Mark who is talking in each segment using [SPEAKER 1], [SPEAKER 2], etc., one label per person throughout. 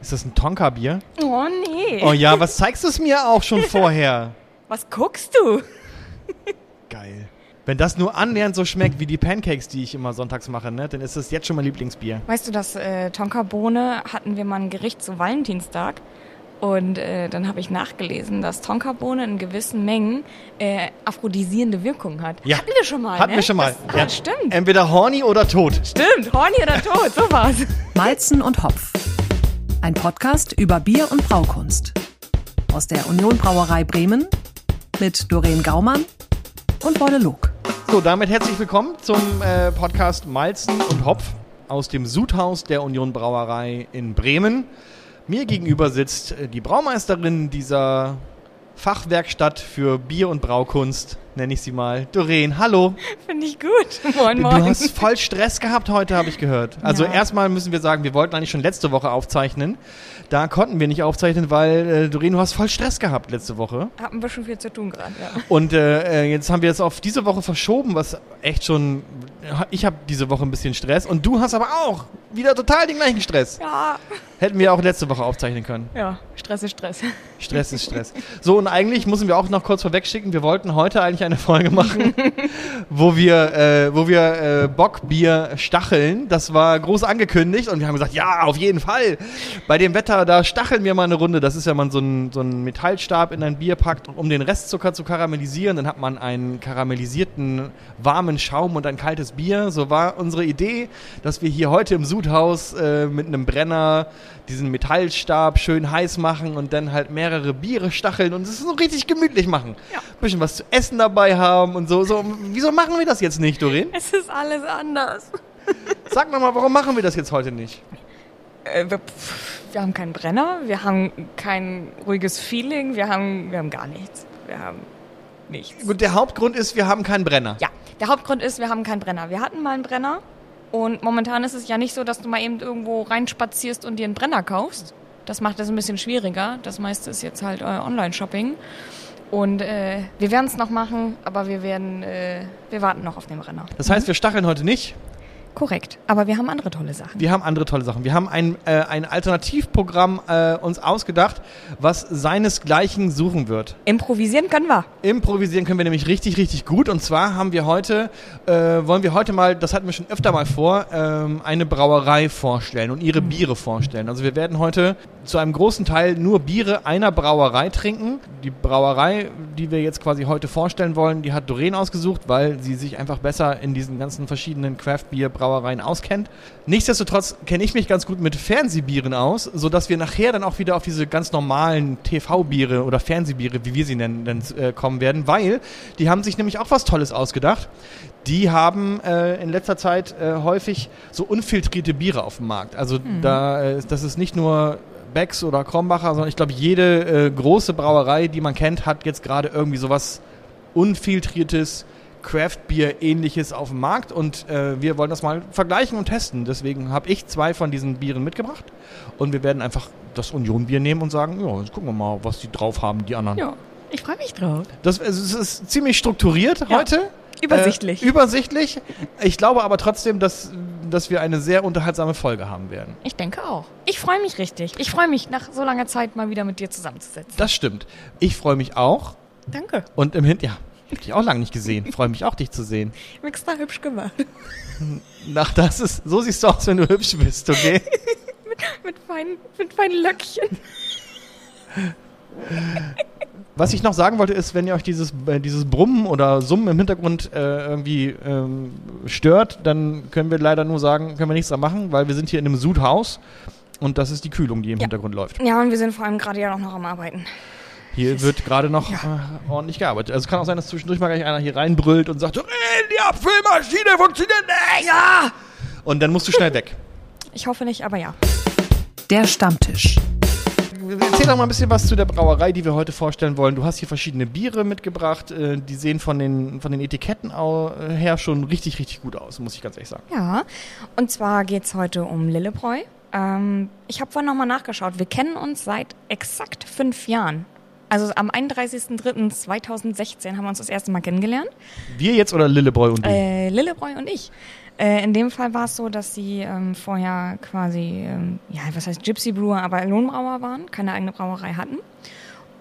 [SPEAKER 1] Ist das ein Tonka-Bier?
[SPEAKER 2] Oh nee.
[SPEAKER 1] Oh ja, was zeigst du es mir auch schon vorher?
[SPEAKER 2] Was guckst du?
[SPEAKER 1] Geil. Wenn das nur annähernd so schmeckt wie die Pancakes, die ich immer sonntags mache, ne, dann ist das jetzt schon mein Lieblingsbier.
[SPEAKER 2] Weißt du, das äh, Tonkabohne hatten wir mal ein Gericht zu Valentinstag. Und äh, dann habe ich nachgelesen, dass Tonkabohne in gewissen Mengen äh, aphrodisierende Wirkung hat.
[SPEAKER 1] Ja.
[SPEAKER 2] Hatten wir schon mal.
[SPEAKER 1] Hatten
[SPEAKER 2] ne?
[SPEAKER 1] wir schon mal. Ähm,
[SPEAKER 2] Das, ah, Stimmt.
[SPEAKER 1] Entweder horny oder tot.
[SPEAKER 2] Stimmt. Horny oder tot, sowas.
[SPEAKER 3] Malzen und Hopf. Ein Podcast über Bier und Braukunst. Aus der Union Brauerei Bremen mit Doreen Gaumann und Wolle Luke.
[SPEAKER 1] So, damit herzlich willkommen zum äh, Podcast Malzen und Hopf aus dem Sudhaus der Union Brauerei in Bremen. Mir gegenüber sitzt äh, die Braumeisterin dieser Fachwerkstatt für Bier und Braukunst, nenne ich sie mal, Doreen. Hallo.
[SPEAKER 2] Finde ich gut. Moin, moin.
[SPEAKER 1] Du hast voll Stress gehabt heute, habe ich gehört. Also
[SPEAKER 2] Ja.
[SPEAKER 1] erstmal müssen wir sagen, wir wollten eigentlich schon letzte Woche aufzeichnen. Da konnten wir nicht aufzeichnen, weil äh, Doreen, du hast voll Stress gehabt letzte Woche.
[SPEAKER 2] Hab ein bisschen viel zu tun gerade, ja.
[SPEAKER 1] Und äh, äh, jetzt haben wir es auf diese Woche verschoben, was echt schon. Ich habe diese Woche ein bisschen Stress und du hast aber auch wieder total den gleichen Stress.
[SPEAKER 2] Ja.
[SPEAKER 1] Hätten wir auch letzte Woche aufzeichnen können.
[SPEAKER 2] Ja, Stress ist Stress.
[SPEAKER 1] Stress ist Stress. So, und eigentlich müssen wir auch noch kurz vorweg schicken, wir wollten heute eigentlich eine Folge machen, wo wir, äh, wo wir äh, Bockbier stacheln. Das war groß angekündigt und wir haben gesagt, ja, auf jeden Fall. Bei dem Wetter, da stacheln wir mal eine Runde. Das ist ja, man so einen so einen Metallstab in ein Bier packt, um den Restzucker zu karamellisieren. Dann hat man einen karamellisierten, warmen Schaum und ein kaltes Bier. So war unsere Idee, dass wir hier heute im Sudhaus äh, mit einem Brenner diesen Metallstab schön heiß machen und dann halt mehrere Biere stacheln und es so richtig gemütlich machen.
[SPEAKER 2] Ja.
[SPEAKER 1] Bisschen was zu essen dabei haben und so. so. Wieso machen wir das jetzt nicht, Doreen?
[SPEAKER 2] Es ist alles anders.
[SPEAKER 1] Sag mir mal, warum machen wir das jetzt heute nicht?
[SPEAKER 2] Äh, wir, pff, wir haben keinen Brenner, wir haben kein ruhiges Feeling, wir haben, wir haben gar nichts. Wir haben nichts.
[SPEAKER 1] Gut, der Hauptgrund ist, wir haben keinen Brenner.
[SPEAKER 2] Ja, der Hauptgrund ist, wir haben keinen Brenner. Wir hatten mal einen Brenner und momentan ist es ja nicht so, dass du mal eben irgendwo reinspazierst und dir einen Brenner kaufst. Das macht es ein bisschen schwieriger. Das meiste ist jetzt halt äh, Online-Shopping. Und äh, wir werden es noch machen, aber wir werden, äh, wir warten noch auf den Brenner.
[SPEAKER 1] Das heißt, wir stacheln heute nicht.
[SPEAKER 2] Korrekt. Aber wir haben andere tolle Sachen.
[SPEAKER 1] Wir haben andere tolle Sachen. Wir haben ein, äh, ein Alternativprogramm äh, uns ausgedacht, was seinesgleichen suchen wird.
[SPEAKER 2] Improvisieren können wir.
[SPEAKER 1] Improvisieren können wir nämlich richtig, richtig gut. Und zwar haben wir heute, äh, wollen wir heute mal, das hatten wir schon öfter mal vor, ähm, eine Brauerei vorstellen und ihre Biere vorstellen. Also wir werden heute zu einem großen Teil nur Biere einer Brauerei trinken. Die Brauerei, die wir jetzt quasi heute vorstellen wollen, die hat Doreen ausgesucht, weil sie sich einfach besser in diesen ganzen verschiedenen Craft-Bier-Brauereien auskennt. Nichtsdestotrotz kenne ich mich ganz gut mit Fernsehbieren aus, sodass wir nachher dann auch wieder auf diese ganz normalen TV-Biere oder Fernsehbiere, wie wir sie nennen, dann, äh, kommen werden, weil die haben sich nämlich auch was Tolles ausgedacht. Die haben äh, in letzter Zeit äh, häufig so unfiltrierte Biere auf dem Markt. Also da, äh, das ist nicht nur Becks oder Krombacher, sondern ich glaube, jede äh, große Brauerei, die man kennt, hat jetzt gerade irgendwie sowas unfiltriertes Craft-Bier ähnliches auf dem Markt und äh, wir wollen das mal vergleichen und testen. Deswegen habe ich zwei von diesen Bieren mitgebracht und wir werden einfach das Union-Bier nehmen und sagen, ja, jetzt gucken wir mal, was die drauf haben, die anderen.
[SPEAKER 2] Ja, ich freue mich drauf.
[SPEAKER 1] Das es ist, es ist ziemlich strukturiert
[SPEAKER 2] Ja.
[SPEAKER 1] heute.
[SPEAKER 2] Übersichtlich.
[SPEAKER 1] Äh, übersichtlich. Ich glaube aber trotzdem, dass, dass wir eine sehr unterhaltsame Folge haben werden.
[SPEAKER 2] Ich denke auch. Ich freue mich richtig. Ich freue mich, nach so langer Zeit mal wieder mit dir zusammenzusitzen.
[SPEAKER 1] Das stimmt. Ich freue mich auch
[SPEAKER 2] Danke.
[SPEAKER 1] und im Hintergrund, ja, hab dich auch lange nicht gesehen. Freue mich auch, dich zu sehen.
[SPEAKER 2] Mix da hübsch gemacht.
[SPEAKER 1] Ach, das ist, so siehst du aus, wenn du hübsch bist, okay?
[SPEAKER 2] mit, feinen, mit feinen Löckchen.
[SPEAKER 1] Was ich noch sagen wollte, ist, wenn ihr euch dieses, äh, dieses Brummen oder Summen im Hintergrund äh, irgendwie ähm, stört, dann können wir leider nur sagen, können wir nichts dran machen, weil wir sind hier in einem Sudhaus und das ist die Kühlung, die im
[SPEAKER 2] Ja.
[SPEAKER 1] Hintergrund läuft.
[SPEAKER 2] Ja, und wir sind vor allem gerade ja auch noch am Arbeiten.
[SPEAKER 1] Hier wird gerade noch äh, ordentlich gearbeitet. Also es kann auch sein, dass zwischendurch mal gleich einer hier reinbrüllt und sagt, "Doreen, die Abfüllmaschine funktioniert nicht! Ja! Und dann musst du schnell weg.
[SPEAKER 2] Ich hoffe nicht, aber ja.
[SPEAKER 3] Der Stammtisch.
[SPEAKER 1] Erzähl doch mal ein bisschen was zu der Brauerei, die wir heute vorstellen wollen. Du hast hier verschiedene Biere mitgebracht. äh, Die sehen von den, von den Etiketten au- äh, her schon richtig, richtig gut aus, muss ich ganz ehrlich sagen.
[SPEAKER 2] Ja, und zwar geht's heute um Lillebräu. Ähm, ich habe vorhin nochmal nachgeschaut. Wir kennen uns seit exakt fünf Jahren. Also am 31.03.2016 haben wir uns das erste Mal kennengelernt.
[SPEAKER 1] Wir jetzt oder Lillebräu und du?
[SPEAKER 2] Äh, Lillebräu und ich. Äh, in dem Fall war es so, dass sie ähm, vorher quasi, ähm, ja, was heißt Gypsy Brewer, aber Lohnbrauer waren, keine eigene Brauerei hatten.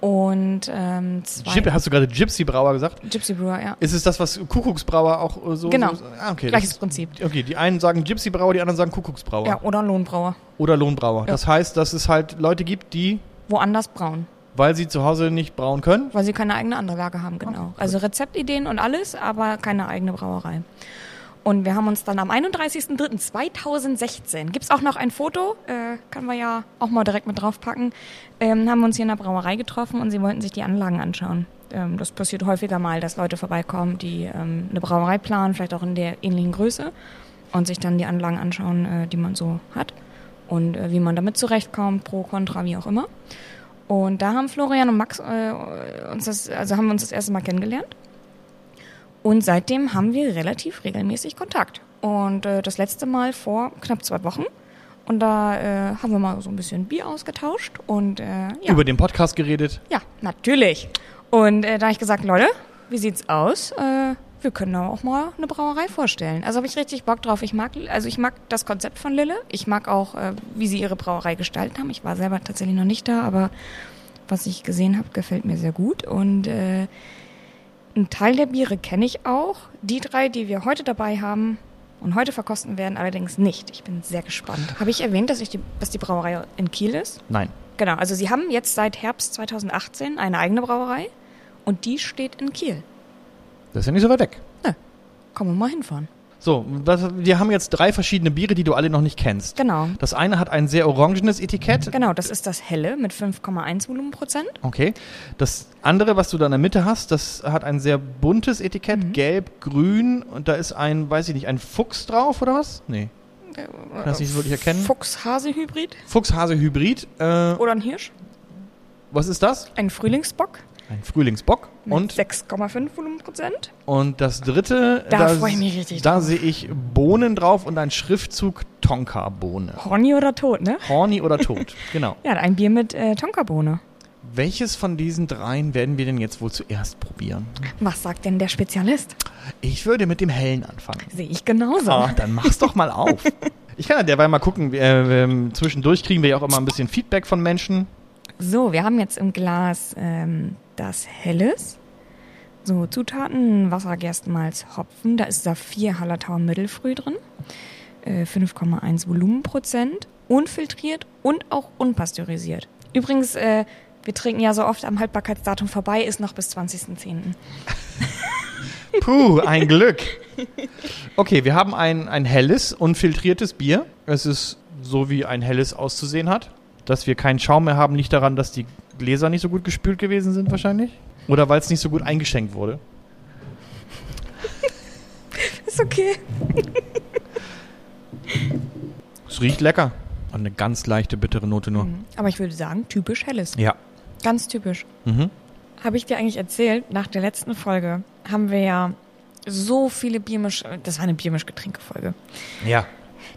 [SPEAKER 2] Und ähm, zwei
[SPEAKER 1] Gyp hast du gerade Gypsy Brauer gesagt?
[SPEAKER 2] Gypsy Brewer, ja.
[SPEAKER 1] Ist es das, was Kuckucksbrauer auch äh, so
[SPEAKER 2] Genau.
[SPEAKER 1] So, ah, okay.
[SPEAKER 2] Gleiches
[SPEAKER 1] das,
[SPEAKER 2] Prinzip.
[SPEAKER 1] okay, die einen sagen Gypsy Brauer, die anderen sagen Kuckucksbrauer
[SPEAKER 2] Ja, oder Lohnbrauer.
[SPEAKER 1] oder Lohnbrauer. Das heißt, dass es halt Leute gibt, die,
[SPEAKER 2] Woanders brauen,
[SPEAKER 1] weil sie zu Hause nicht brauen können,
[SPEAKER 2] weil sie keine eigene Anlage haben, genau. also Rezeptideen und alles, aber keine eigene Brauerei. Und wir haben uns dann am 31.03.2016, gibt's auch noch ein Foto, äh, können wir ja auch mal direkt mit draufpacken, ähm, haben wir uns hier in der Brauerei getroffen und sie wollten sich die Anlagen anschauen. Ähm, das passiert häufiger mal, dass Leute vorbeikommen, die ähm, eine Brauerei planen, vielleicht auch in der ähnlichen Größe und sich dann die Anlagen anschauen, äh, die man so hat und äh, wie man damit zurechtkommt, pro, contra, wie auch immer. Und da haben Florian und Max äh, uns das, also haben wir uns das erste Mal kennengelernt. Und seitdem haben wir relativ regelmäßig Kontakt. Und äh, das letzte Mal vor knapp zwei Wochen. Und da äh, haben wir mal so ein bisschen Bier ausgetauscht und äh, ja.
[SPEAKER 1] über den Podcast geredet.
[SPEAKER 2] Ja, natürlich. Und äh, da habe ich gesagt, Leute, wie sieht's aus? Äh, wir können doch auch mal eine Brauerei vorstellen. Also habe ich richtig Bock drauf. Ich mag, also ich mag das Konzept von Lille. Ich mag auch, äh, wie sie ihre Brauerei gestaltet haben. Ich war selber tatsächlich noch nicht da, aber was ich gesehen habe, gefällt mir sehr gut. Und äh, ein Teil der Biere kenne ich auch. Die drei, die wir heute dabei haben und heute verkosten werden, allerdings nicht. Ich bin sehr gespannt. Habe ich erwähnt, dass, ich die, dass die Brauerei in Kiel ist?
[SPEAKER 1] Nein.
[SPEAKER 2] Genau, also sie haben jetzt seit Herbst 2018 eine eigene Brauerei und die steht in Kiel.
[SPEAKER 1] Das ist ja nicht so weit weg.
[SPEAKER 2] Na, kommen wir mal hinfahren.
[SPEAKER 1] So, das, wir haben jetzt drei verschiedene Biere, die du alle noch nicht kennst.
[SPEAKER 2] Genau.
[SPEAKER 1] Das eine hat ein sehr orangenes Etikett.
[SPEAKER 2] Genau, das ist das helle mit 5,1 Volumenprozent.
[SPEAKER 1] Okay. Das andere, was du da in der Mitte hast, das hat ein sehr buntes Etikett,
[SPEAKER 2] Mhm.
[SPEAKER 1] gelb, grün und da ist ein, weiß ich nicht, ein Fuchs drauf oder was? Nee. Kann das nicht wirklich erkennen.
[SPEAKER 2] Fuchs-Hase-Hybrid
[SPEAKER 1] Fuchs-Hase-Hybrid. Äh,
[SPEAKER 2] oder ein Hirsch,
[SPEAKER 1] was ist das?
[SPEAKER 2] ein Frühlingsbock
[SPEAKER 1] Ein Frühlingsbock.
[SPEAKER 2] mit
[SPEAKER 1] Und,
[SPEAKER 2] 6,5 Volumenprozent.
[SPEAKER 1] und das dritte,
[SPEAKER 2] Da
[SPEAKER 1] das-
[SPEAKER 2] freu ich mich richtig
[SPEAKER 1] Da sehe ich Bohnen drauf und ein Schriftzug Tonka-Bohne.
[SPEAKER 2] Horny oder tot, ne?
[SPEAKER 1] Horny oder tot, genau.
[SPEAKER 2] Ja, ein Bier mit äh, Tonkabohne.
[SPEAKER 1] Welches von diesen dreien werden wir denn jetzt wohl zuerst probieren?
[SPEAKER 2] Was sagt denn der Spezialist?
[SPEAKER 1] Ich würde mit dem hellen anfangen.
[SPEAKER 2] Sehe ich genauso.
[SPEAKER 1] Ah, dann mach's doch mal auf. Ich kann ja derweil mal gucken, äh, ähm, zwischendurch kriegen wir ja auch immer ein bisschen Feedback von Menschen.
[SPEAKER 2] So, wir haben jetzt im Glas ähm, das Helles. So, Zutaten, Wasser, Gerstenmalz, Hopfen. Da ist Saphir, Hallertau und Mittelfrüh drin. Äh, 5,1 Volumenprozent. Unfiltriert und auch unpasteurisiert. Übrigens, äh, wir trinken ja so oft am Haltbarkeitsdatum vorbei, ist noch bis 20.10.
[SPEAKER 1] Puh, ein Glück. Okay, wir haben ein, ein helles, unfiltriertes Bier. Es ist so, wie ein helles auszusehen hat. Dass wir keinen Schaum mehr haben, liegt daran, dass die Gläser nicht so gut gespült gewesen sind wahrscheinlich. Oder weil es nicht so gut eingeschenkt wurde.
[SPEAKER 2] Ist okay.
[SPEAKER 1] Es riecht lecker. Und eine ganz leichte, bittere Note nur.
[SPEAKER 2] Aber ich würde sagen, typisch Helles.
[SPEAKER 1] Ja.
[SPEAKER 2] Ganz typisch.
[SPEAKER 1] Mhm.
[SPEAKER 2] Habe ich dir eigentlich erzählt, nach der letzten Folge haben wir ja so viele Biermisch... Das war eine Biermisch-Getränkefolge.
[SPEAKER 1] Ja.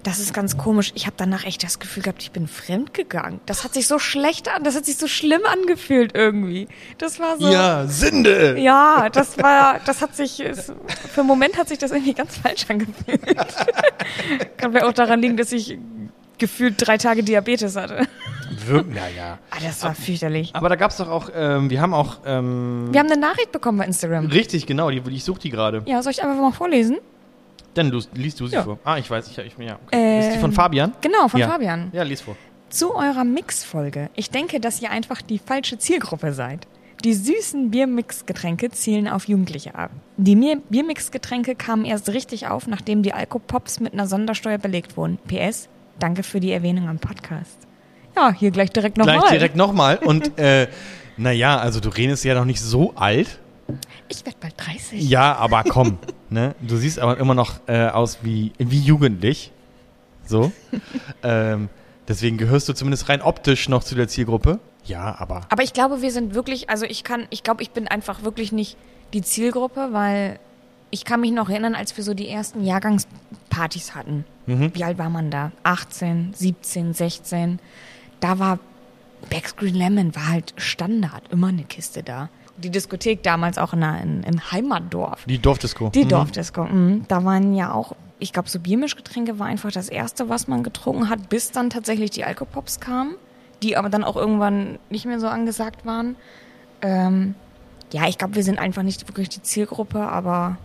[SPEAKER 2] Das ist ganz komisch. Ich habe danach echt das Gefühl gehabt, ich bin fremdgegangen. Das hat sich so schlecht an, das hat sich so schlimm angefühlt irgendwie. Das war so...
[SPEAKER 1] Ja, Sinde!
[SPEAKER 2] Ja, das war, das hat sich, es, für einen Moment hat sich das irgendwie ganz falsch angefühlt. Kann vielleicht auch daran liegen, dass ich gefühlt drei Tage Diabetes hatte.
[SPEAKER 1] Wirklich, naja.
[SPEAKER 2] Ah, das war fürchterlich.
[SPEAKER 1] Aber da gab es doch auch, ähm, wir haben auch, ähm,
[SPEAKER 2] Wir haben eine Nachricht bekommen bei Instagram.
[SPEAKER 1] richtig, genau, die, ich suche die gerade.
[SPEAKER 2] Ja, soll ich einfach mal vorlesen?
[SPEAKER 1] Dann lu- liest du sie
[SPEAKER 2] Ja.
[SPEAKER 1] vor. Ah, ich weiß, ich, ich ja. Okay.
[SPEAKER 2] Äh,
[SPEAKER 1] ist die von Fabian?
[SPEAKER 2] Genau, von
[SPEAKER 1] ja.
[SPEAKER 2] Fabian.
[SPEAKER 1] Ja, lies vor.
[SPEAKER 2] Zu eurer Mix-Folge. Ich denke, dass ihr einfach die falsche Zielgruppe seid. Die süßen Biermix-Getränke zielen auf Jugendliche ab. Die Mir- Biermix-Getränke kamen erst richtig auf, nachdem die Alkopops mit einer Sondersteuer belegt wurden. PS, danke für die Erwähnung am Podcast. Ja, hier gleich direkt nochmal.
[SPEAKER 1] Gleich direkt nochmal. Und, äh, naja, also Doreen ist ja noch nicht so alt.
[SPEAKER 2] Ich werde bald 30.
[SPEAKER 1] Ja, aber komm. ne? Du siehst aber immer noch äh, aus wie, wie jugendlich. So. ähm, deswegen gehörst du zumindest rein optisch noch zu der Zielgruppe. Ja, aber
[SPEAKER 2] Aber ich glaube, wir sind wirklich, also ich kann, ich glaube, ich bin einfach wirklich nicht die Zielgruppe, weil ich kann mich noch erinnern, als wir so die ersten Jahrgangspartys hatten. Wie alt war man da? 18, 17, 16. Da war Backscreen Lemon war halt Standard, immer eine Kiste da. Die Diskothek damals auch in, der- in, im Heimatdorf.
[SPEAKER 1] die Dorfdisco.
[SPEAKER 2] Die
[SPEAKER 1] Mhm.
[SPEAKER 2] Dorfdisco, mhm. da waren ja auch ich glaube, so Biermischgetränke war einfach das Erste, was man getrunken hat, bis dann tatsächlich die Alkopops kamen, die aber dann auch irgendwann nicht mehr so angesagt waren. Ähm, ja, ich glaube, wir sind einfach nicht wirklich die Zielgruppe, aber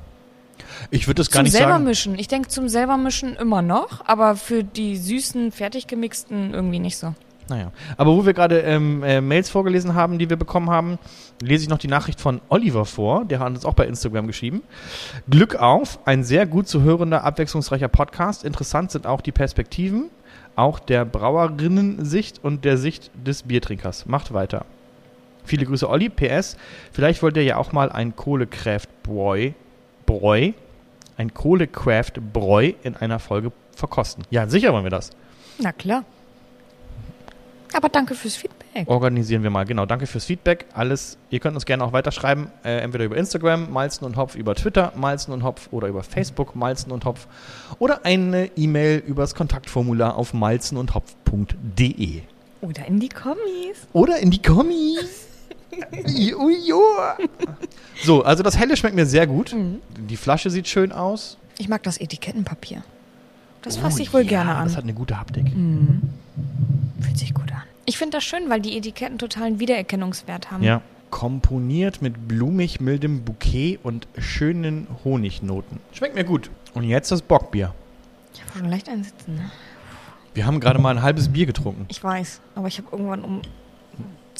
[SPEAKER 1] Ich würde das gar
[SPEAKER 2] zum
[SPEAKER 1] nicht
[SPEAKER 2] selber
[SPEAKER 1] sagen.
[SPEAKER 2] mischen. Ich denke zum selber mischen immer noch, aber für die süßen, fertig gemixten irgendwie nicht so.
[SPEAKER 1] Naja. Aber wo wir gerade ähm, äh, Mails vorgelesen haben, die wir bekommen haben, lese ich noch die Nachricht von Oliver vor. Der hat uns auch bei Instagram geschrieben. Glück auf, ein sehr gut zu hörender, abwechslungsreicher Podcast. Interessant sind auch die Perspektiven, auch der Brauerinnensicht und der Sicht des Biertrinkers. Macht weiter. Viele Grüße, Olli. PS, vielleicht wollt ihr ja auch mal ein Kohlecraft-Bräu, Bräu, ein Kohlecraft-Bräu in einer Folge verkosten. Ja, sicher wollen wir das.
[SPEAKER 2] Na klar. Aber danke fürs Feedback.
[SPEAKER 1] organisieren wir mal. Genau, danke fürs Feedback. Alles, ihr könnt uns gerne auch weiterschreiben, äh, entweder über Instagram, Malzen und Hopf, über Twitter, Malzen und Hopf oder über Facebook, Malzen und Hopf oder eine E-Mail übers Kontaktformular auf malzenundhopf.de
[SPEAKER 2] Oder in die Kommis.
[SPEAKER 1] oder in die Kommis. Uiuiua. so, also das helle schmeckt mir sehr gut.
[SPEAKER 2] Mhm.
[SPEAKER 1] Die Flasche sieht schön aus.
[SPEAKER 2] Ich mag das Etikettenpapier. Das
[SPEAKER 1] Oh
[SPEAKER 2] fasse ich wohl
[SPEAKER 1] ja,
[SPEAKER 2] gerne
[SPEAKER 1] Das
[SPEAKER 2] an.
[SPEAKER 1] hat eine gute Haptik.
[SPEAKER 2] Fühlt sich gut an. Ich finde das schön, weil die Etiketten totalen Wiedererkennungswert haben.
[SPEAKER 1] Ja. Komponiert mit blumig mildem Bouquet und schönen Honignoten. Schmeckt mir gut. Und jetzt das Bockbier.
[SPEAKER 2] Ich habe schon leicht einsitzen. Ne?
[SPEAKER 1] Wir haben gerade mal ein halbes Bier getrunken.
[SPEAKER 2] Ich weiß, aber ich habe irgendwann um.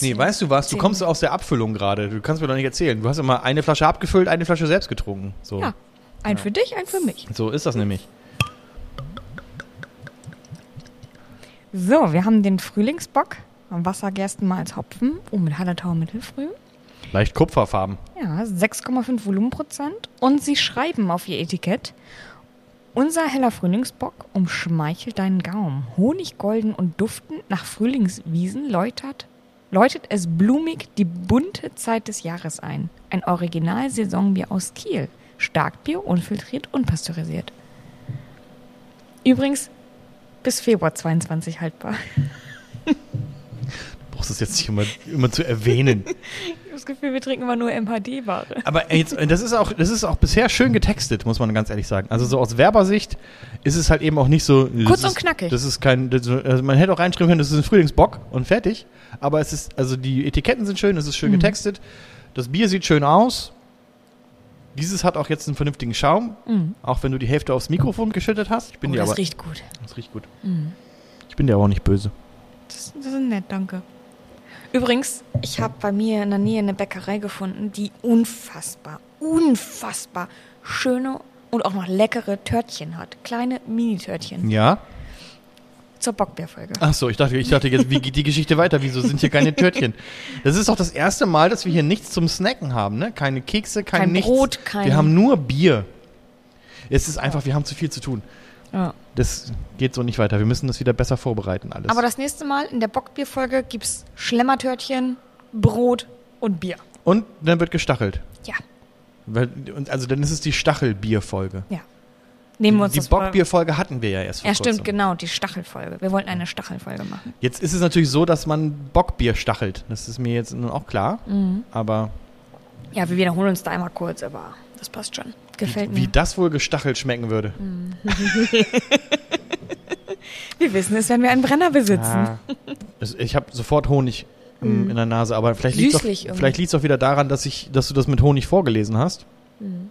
[SPEAKER 1] Nee, weißt du was? Du
[SPEAKER 2] Zehn.
[SPEAKER 1] kommst aus der Abfüllung gerade. Du kannst mir doch nicht erzählen. Du hast immer eine Flasche abgefüllt, eine Flasche selbst getrunken. So,
[SPEAKER 2] Ja. Ein für dich, ein für mich.
[SPEAKER 1] so ist das nämlich.
[SPEAKER 2] So, wir haben den Frühlingsbock. Am Wasser, Gersten, Malz, Hopfen. Oh, mit Hallertau Mittelfrüh.
[SPEAKER 1] Leicht Kupferfarben.
[SPEAKER 2] Ja, 6,5 Volumenprozent. Und sie schreiben auf ihr Etikett: Unser heller Frühlingsbock umschmeichelt deinen Gaumen. Honiggolden und duftend nach Frühlingswiesen läutert, läutet es blumig die bunte Zeit des Jahres ein. Ein Original-Saisonbier aus Kiel. Starkbier, unfiltriert, unpasteurisiert. Übrigens bis Februar 22 haltbar.
[SPEAKER 1] Du brauchst es jetzt nicht immer, immer zu erwähnen.
[SPEAKER 2] Ich habe das Gefühl, wir trinken immer nur MHD-Ware.
[SPEAKER 1] Aber jetzt, das ist auch, das ist auch bisher schön getextet, muss man ganz ehrlich sagen. Also so aus Werbersicht ist es halt eben auch nicht so. das
[SPEAKER 2] Kurz und
[SPEAKER 1] ist,
[SPEAKER 2] knackig.
[SPEAKER 1] Das ist kein, das, also man hätte auch reinschreiben können, das ist ein Frühlingsbock und fertig. Aber es ist, also die Etiketten sind schön, es ist
[SPEAKER 2] Mhm.
[SPEAKER 1] schön getextet. Das Bier sieht schön aus. Dieses hat auch jetzt einen vernünftigen Schaum, auch wenn du die Hälfte aufs Mikrofon geschüttet hast. Ich bin
[SPEAKER 2] Mhm. Oh,
[SPEAKER 1] dir
[SPEAKER 2] das
[SPEAKER 1] aber,
[SPEAKER 2] riecht Mhm. gut.
[SPEAKER 1] das riecht gut. Ich bin dir aber auch nicht böse.
[SPEAKER 2] Das, das ist nett, danke. Übrigens, ich habe bei mir in der Nähe eine Bäckerei gefunden, die unfassbar, unfassbar schöne und auch noch leckere Törtchen hat. Kleine Mini-Törtchen
[SPEAKER 1] Ja.
[SPEAKER 2] zur Bockbierfolge.
[SPEAKER 1] Ach so, ich dachte, ich dachte jetzt, wie geht die Geschichte weiter? Wieso sind hier keine Törtchen? Das ist doch das erste Mal, dass wir hier nichts zum Snacken haben, ne? Keine Kekse, kein,
[SPEAKER 2] Kein
[SPEAKER 1] nichts.
[SPEAKER 2] Brot, kein-
[SPEAKER 1] Wir haben nur Bier. Es ist einfach, wir haben zu viel zu tun.
[SPEAKER 2] Ja.
[SPEAKER 1] Das geht so nicht weiter. Wir müssen das wieder besser vorbereiten, alles.
[SPEAKER 2] Aber das nächste Mal in der Bockbierfolge gibt es Schlemmertörtchen, Brot und Bier.
[SPEAKER 1] und dann wird gestachelt.
[SPEAKER 2] Ja,
[SPEAKER 1] Weil, und also dann ist es die Stachelbierfolge.
[SPEAKER 2] ja. Nehmen wir uns
[SPEAKER 1] Die
[SPEAKER 2] das vor.
[SPEAKER 1] Bockbierfolge hatten wir ja erst vor
[SPEAKER 2] Ja, stimmt,
[SPEAKER 1] kurzem.
[SPEAKER 2] genau, die Stachelfolge. Wir wollten eine Stachelfolge machen.
[SPEAKER 1] Jetzt ist es natürlich so, dass man Bockbier stachelt. Das ist mir jetzt nun auch klar.
[SPEAKER 2] Mhm.
[SPEAKER 1] Aber
[SPEAKER 2] Ja, wir wiederholen uns da einmal kurz, aber das passt schon. Gefällt
[SPEAKER 1] wie
[SPEAKER 2] mir.
[SPEAKER 1] das wohl gestachelt schmecken würde.
[SPEAKER 2] Wir wissen es, wenn wir einen Brenner besitzen.
[SPEAKER 1] Es- Ich habe sofort Honig ähm, in der Nase, aber vielleicht liegt
[SPEAKER 2] Mhm. Süßlich irgendwie.
[SPEAKER 1] es auch wieder daran, dass, ich, dass du das mit Honig vorgelesen hast.
[SPEAKER 2] Mhm.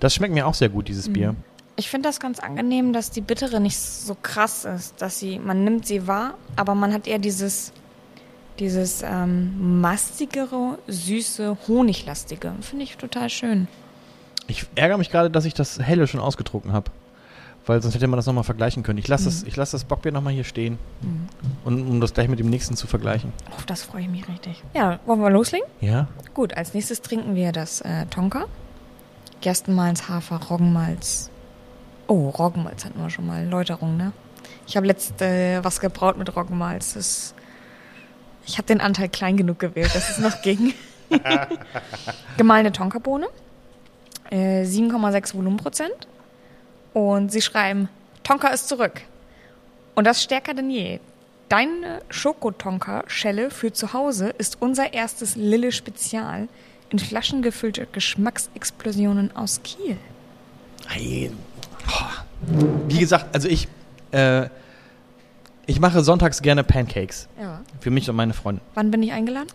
[SPEAKER 1] Das schmeckt mir auch sehr gut, dieses Bier.
[SPEAKER 2] Ich finde das ganz angenehm, dass die Bittere nicht so krass ist, dass sie, man nimmt sie wahr, aber man hat eher dieses, dieses ähm, mastigere, süße, honiglastige. Finde ich total schön.
[SPEAKER 1] Ich ärgere mich gerade, dass ich das Helle schon ausgetrunken habe. Weil sonst hätte man das nochmal vergleichen können. Ich lasse
[SPEAKER 2] Mhm.
[SPEAKER 1] das, ich lass das Bockbier nochmal hier stehen. Und, um das gleich mit dem nächsten zu vergleichen.
[SPEAKER 2] Auf Oh, das freue ich mich richtig. Ja, wollen wir loslegen?
[SPEAKER 1] Ja?
[SPEAKER 2] Gut, als nächstes trinken wir das äh, Tonka. Gerstenmalz, Hafer, Roggenmalz. Oh, Roggenmalz hatten wir schon mal. Läuterung, ne? Ich habe letzt äh, was gebraut mit Roggenmalz. Das, ich habe den Anteil klein genug gewählt, dass es noch ging. Gemahlene Tonkabohne. Äh, 7,6 Volumenprozent. Und sie schreiben, Tonka ist zurück. Und das stärker denn je. Deine Schokotonka-Schelle für zu Hause ist unser erstes Lille Spezial in Flaschen gefüllte Geschmacksexplosionen aus Kiel.
[SPEAKER 1] Ei, oh, Wie gesagt, also ich, äh, ich mache sonntags gerne Pancakes.
[SPEAKER 2] Ja.
[SPEAKER 1] Für mich und meine Freunde.
[SPEAKER 2] Wann bin ich eingeladen?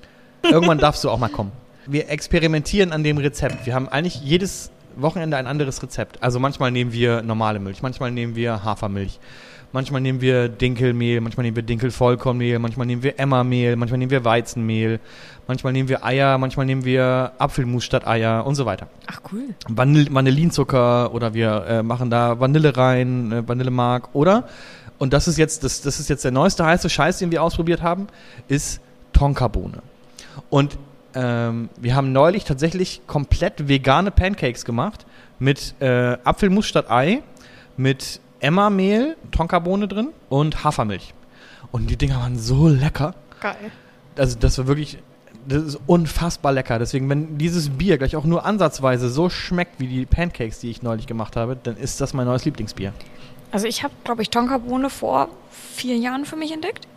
[SPEAKER 1] Irgendwann darfst du auch mal kommen. Wir experimentieren an dem Rezept. Wir haben eigentlich jedes Wochenende ein anderes Rezept. Also manchmal nehmen wir normale Milch, manchmal nehmen wir Hafermilch, manchmal nehmen wir Dinkelmehl, manchmal nehmen wir Dinkelvollkornmehl, manchmal nehmen wir Emmermehl, manchmal nehmen wir Weizenmehl, manchmal nehmen wir Eier, manchmal nehmen wir Apfelmus statt Eier und so weiter.
[SPEAKER 2] Ach cool.
[SPEAKER 1] Vanille, Vanillinzucker oder wir äh, machen da Vanille rein, äh, Vanillemark oder und das ist jetzt das, das ist jetzt der neueste heiße Scheiß, den wir ausprobiert haben, ist Tonkabohne. Und ähm, wir haben neulich tatsächlich komplett vegane Pancakes gemacht mit äh, Apfelmus statt Ei, mit Emmermehl, Tonkabohne drin und Hafermilch. Und die Dinger waren so lecker.
[SPEAKER 2] Geil.
[SPEAKER 1] Also das war wirklich, das ist unfassbar lecker. Deswegen, wenn dieses Bier gleich auch nur ansatzweise so schmeckt wie die Pancakes, die ich neulich gemacht habe, dann ist das mein neues Lieblingsbier.
[SPEAKER 2] Also ich habe, glaube ich, Tonkabohne vor vier Jahren für mich entdeckt.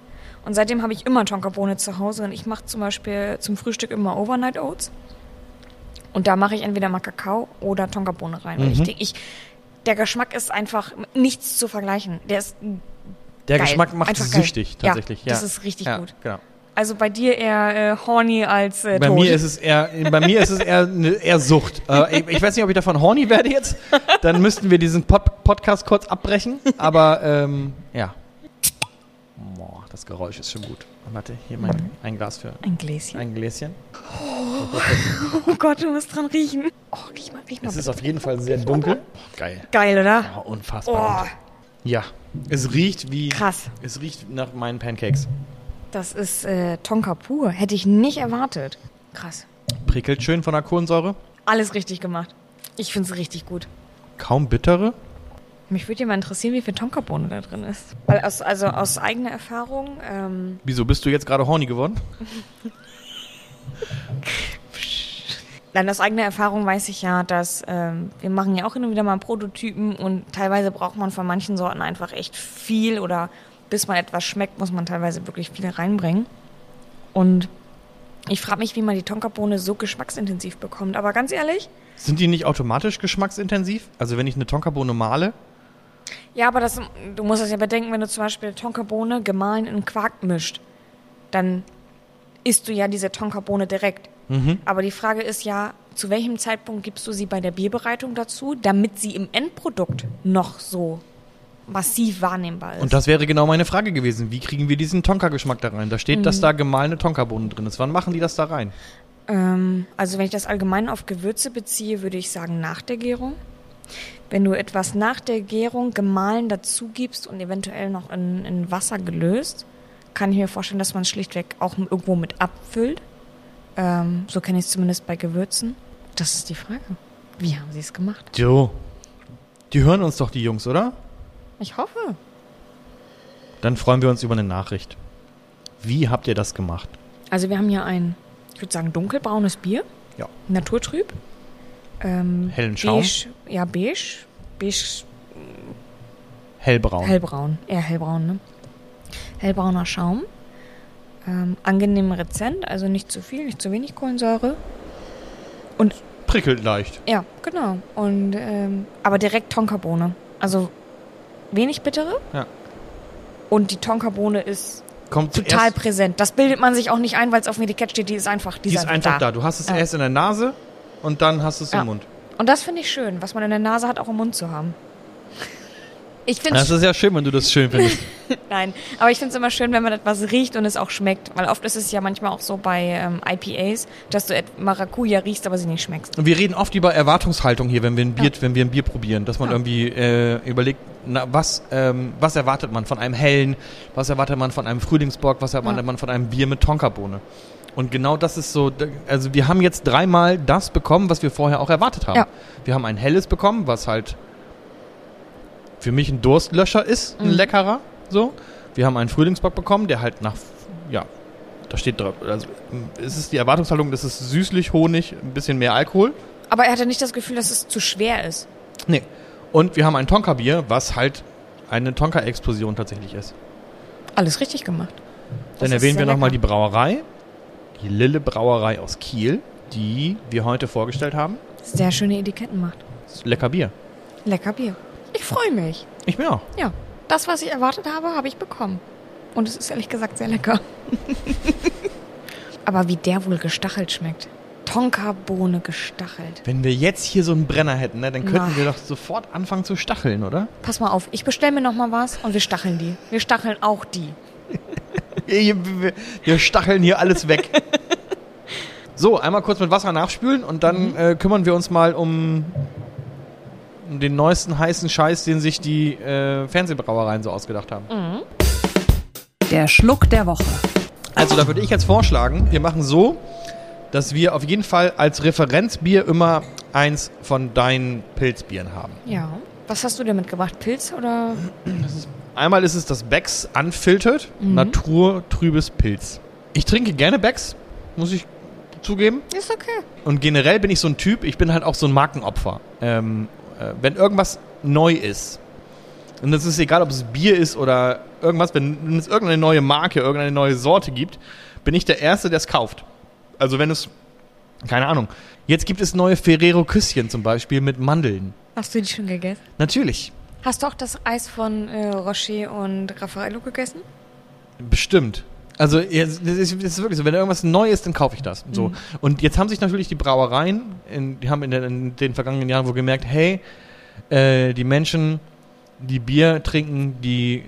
[SPEAKER 2] Und seitdem habe ich immer Tonkabohne zu Hause. Und ich mache zum Beispiel zum Frühstück immer Overnight Oats. Und da mache ich entweder mal Kakao oder Tonkabohne rein. Und ich
[SPEAKER 1] Mhm.
[SPEAKER 2] denke, ich, der Geschmack ist einfach nichts zu vergleichen. Der ist,
[SPEAKER 1] Der
[SPEAKER 2] Geil.
[SPEAKER 1] Geschmack macht
[SPEAKER 2] Einfach geil.
[SPEAKER 1] süchtig
[SPEAKER 2] Ja,
[SPEAKER 1] tatsächlich. Ja,
[SPEAKER 2] das ist richtig
[SPEAKER 1] ja,
[SPEAKER 2] gut.
[SPEAKER 1] Genau.
[SPEAKER 2] also bei dir eher äh, horny als äh,
[SPEAKER 1] Bei
[SPEAKER 2] tot.
[SPEAKER 1] mir ist es eher, bei mir ist es eher, ne- eher Sucht. Äh, ich, ich weiß nicht, ob ich davon horny werde jetzt. Dann müssten wir diesen Pod Podcast kurz abbrechen. Aber ähm, ja. Boah, das Geräusch ist schon gut. Warte, hier mein ein Glas für
[SPEAKER 2] ein Gläschen.
[SPEAKER 1] ein Gläschen.
[SPEAKER 2] Oh Gott, du musst dran riechen. Oh, riech mal, riech mal.
[SPEAKER 1] Es ist
[SPEAKER 2] bitte.
[SPEAKER 1] auf jeden Fall sehr dunkel. geil.
[SPEAKER 2] Geil, oder?
[SPEAKER 1] Oh, unfassbar.
[SPEAKER 2] Oh,
[SPEAKER 1] gut. Ja, es riecht wie.
[SPEAKER 2] Krass.
[SPEAKER 1] Es riecht nach meinen Pancakes.
[SPEAKER 2] das ist äh, Tonka pur. Hätte ich nicht erwartet. Krass.
[SPEAKER 1] Prickelt schön von der Kohlensäure.
[SPEAKER 2] Alles richtig gemacht. Ich finde es richtig gut.
[SPEAKER 1] Kaum bittere.
[SPEAKER 2] Mich würde ja mal interessieren, wie viel Tonkabohne da drin ist. Weil aus, also aus eigener Erfahrung, ähm,
[SPEAKER 1] Wieso bist du jetzt gerade horny geworden?
[SPEAKER 2] nein, aus eigener Erfahrung weiß ich ja, dass ähm, wir machen ja auch immer wieder mal Prototypen und teilweise braucht man von manchen Sorten einfach echt viel oder bis man etwas schmeckt, muss man teilweise wirklich viel reinbringen. Und ich frage mich, wie man die Tonkabohne so geschmacksintensiv bekommt. Aber ganz ehrlich,
[SPEAKER 1] Sind die nicht automatisch geschmacksintensiv? Also wenn ich eine Tonkabohne male,
[SPEAKER 2] Ja, aber das, du musst das ja bedenken, wenn du zum Beispiel Tonkabohne gemahlen in Quark mischt, dann isst du ja diese Tonkabohne direkt.
[SPEAKER 1] Mhm.
[SPEAKER 2] Aber die Frage ist ja, zu welchem Zeitpunkt gibst du sie bei der Bierbereitung dazu, damit sie im Endprodukt noch so massiv wahrnehmbar ist?
[SPEAKER 1] und das wäre genau meine Frage gewesen, wie kriegen wir diesen Tonka-Geschmack da rein? Da steht,
[SPEAKER 2] Mhm.
[SPEAKER 1] dass da gemahlene Tonkabohnen drin ist. Wann machen die das da rein?
[SPEAKER 2] Ähm, also wenn ich das allgemein auf Gewürze beziehe, würde ich sagen nach der Gärung. Wenn du etwas nach der Gärung gemahlen dazu gibst und eventuell noch in, in Wasser gelöst, kann ich mir vorstellen, dass man es schlichtweg auch m- irgendwo mit abfüllt. Ähm, so kenne ich es zumindest bei Gewürzen. Das ist die Frage. Wie haben sie es gemacht?
[SPEAKER 1] Jo. Die hören uns doch, die Jungs, oder?
[SPEAKER 2] Ich hoffe.
[SPEAKER 1] Dann freuen wir uns über eine Nachricht. Wie habt ihr das gemacht?
[SPEAKER 2] Also wir haben hier ein, ich würde sagen, dunkelbraunes Bier.
[SPEAKER 1] Ja.
[SPEAKER 2] Naturtrüb. Ähm,
[SPEAKER 1] Hellen Schaum.
[SPEAKER 2] Beige, ja, beige. Beige
[SPEAKER 1] Hellbraun.
[SPEAKER 2] Hellbraun, eher hellbraun, ne? Hellbrauner Schaum. Ähm, angenehm rezent, also nicht zu viel, nicht zu wenig Kohlensäure. Und
[SPEAKER 1] Prickelt leicht.
[SPEAKER 2] ja, genau. Und ähm, aber direkt Tonkabohne. Also wenig bittere.
[SPEAKER 1] Ja.
[SPEAKER 2] Und die Tonkabohne ist
[SPEAKER 1] Kommt
[SPEAKER 2] total
[SPEAKER 1] zuerst,
[SPEAKER 2] präsent. Das bildet man sich auch nicht ein, weil es auf dem Etikett steht. Die ist einfach, die,
[SPEAKER 1] Die ist einfach da. Du hast es
[SPEAKER 2] Ja.
[SPEAKER 1] erst in der Nase und dann hast du es
[SPEAKER 2] Ja.
[SPEAKER 1] im Mund.
[SPEAKER 2] Und das finde ich schön, was man in der Nase hat, auch im Mund zu haben. Ich finde
[SPEAKER 1] Das ist ja schön, wenn du das schön findest.
[SPEAKER 2] Nein, aber ich finde es immer schön, wenn man etwas riecht und es auch schmeckt. Weil oft ist es ja manchmal auch so bei ähm, IPAs, dass du et- Maracuja riechst, aber sie nicht schmeckst.
[SPEAKER 1] Und wir reden oft über Erwartungshaltung hier, wenn wir ein Bier, wenn wir ein Bier probieren, dass man
[SPEAKER 2] Ja.
[SPEAKER 1] irgendwie äh, überlegt, na, was, ähm, was erwartet man von einem hellen, was erwartet man von einem Frühlingsbock, was erwartet
[SPEAKER 2] Ja.
[SPEAKER 1] man von einem Bier mit Tonkabohne. Und genau das ist so, d- also wir haben jetzt dreimal das bekommen, was wir vorher auch erwartet haben.
[SPEAKER 2] Ja.
[SPEAKER 1] Wir haben ein helles bekommen, was halt für mich ein Durstlöscher ist,
[SPEAKER 2] Mhm.
[SPEAKER 1] ein leckerer, so. Wir haben einen Frühlingsbock bekommen, der halt nach, ja, da steht drauf, also m, es ist die Erwartungshaltung, das ist süßlich, Honig, ein bisschen mehr Alkohol.
[SPEAKER 2] Aber er hatte nicht das Gefühl, dass es zu schwer ist.
[SPEAKER 1] Nee. Und wir haben ein Tonka-Bier, was halt eine Tonka-Explosion tatsächlich ist.
[SPEAKER 2] Alles richtig gemacht.
[SPEAKER 1] Dann
[SPEAKER 2] ist
[SPEAKER 1] erwähnen wir
[SPEAKER 2] sehr
[SPEAKER 1] nochmal die
[SPEAKER 2] lecker.
[SPEAKER 1] Brauerei. Die Lille Brauerei aus Kiel, die wir heute vorgestellt haben.
[SPEAKER 2] Sehr schöne Etiketten macht.
[SPEAKER 1] Ist Lecker Bier.
[SPEAKER 2] Lecker Bier. Ich freue mich.
[SPEAKER 1] Ich bin auch.
[SPEAKER 2] Ja, das, was ich erwartet habe, habe ich bekommen. Und es ist ehrlich gesagt sehr lecker. Aber wie der wohl gestachelt schmeckt. Tonkabohne gestachelt.
[SPEAKER 1] Wenn wir jetzt hier so einen Brenner hätten, ne, dann könnten
[SPEAKER 2] Na.
[SPEAKER 1] wir doch sofort anfangen zu stacheln, oder?
[SPEAKER 2] Pass mal auf, ich bestelle mir noch mal was und wir stacheln die. Wir stacheln auch die.
[SPEAKER 1] Wir, wir- wir stacheln hier alles weg. so, einmal kurz mit Wasser nachspülen und dann äh, kümmern wir uns mal um um den neuesten heißen Scheiß, den sich die äh, Fernsehbrauereien so ausgedacht haben.
[SPEAKER 3] Der Schluck der Woche.
[SPEAKER 1] Also da würde ich jetzt vorschlagen, wir machen so, dass wir auf jeden Fall als Referenzbier immer eins von deinen Pilzbieren haben.
[SPEAKER 2] Ja. Was hast du denn mitgebracht? Pilz oder?
[SPEAKER 1] Einmal ist es das Becks Unfiltered, naturtrübes Pilz. Ich trinke gerne Becks, muss ich zugeben.
[SPEAKER 2] Ist okay.
[SPEAKER 1] Und generell bin ich so ein Typ, ich bin halt auch so ein Markenopfer. Ähm, äh, wenn irgendwas neu ist, und das ist egal, ob es Bier ist oder irgendwas, wenn, wenn es irgendeine neue Marke, irgendeine neue Sorte gibt, bin ich der Erste, der es kauft. Also wenn es, keine Ahnung, jetzt gibt es neue Ferrero-Küsschen zum Beispiel mit Mandeln.
[SPEAKER 2] Hast du die schon gegessen?
[SPEAKER 1] Natürlich,
[SPEAKER 2] Hast du auch das Eis von äh, Rocher und Raffaello gegessen?
[SPEAKER 1] bestimmt. Also ja, es ist, es ist wirklich so, wenn irgendwas neu ist, dann kaufe ich das. So. Und jetzt haben sich natürlich die Brauereien, in, die haben in den, in den vergangenen Jahren wohl gemerkt, hey, äh, die Menschen, die Bier trinken, die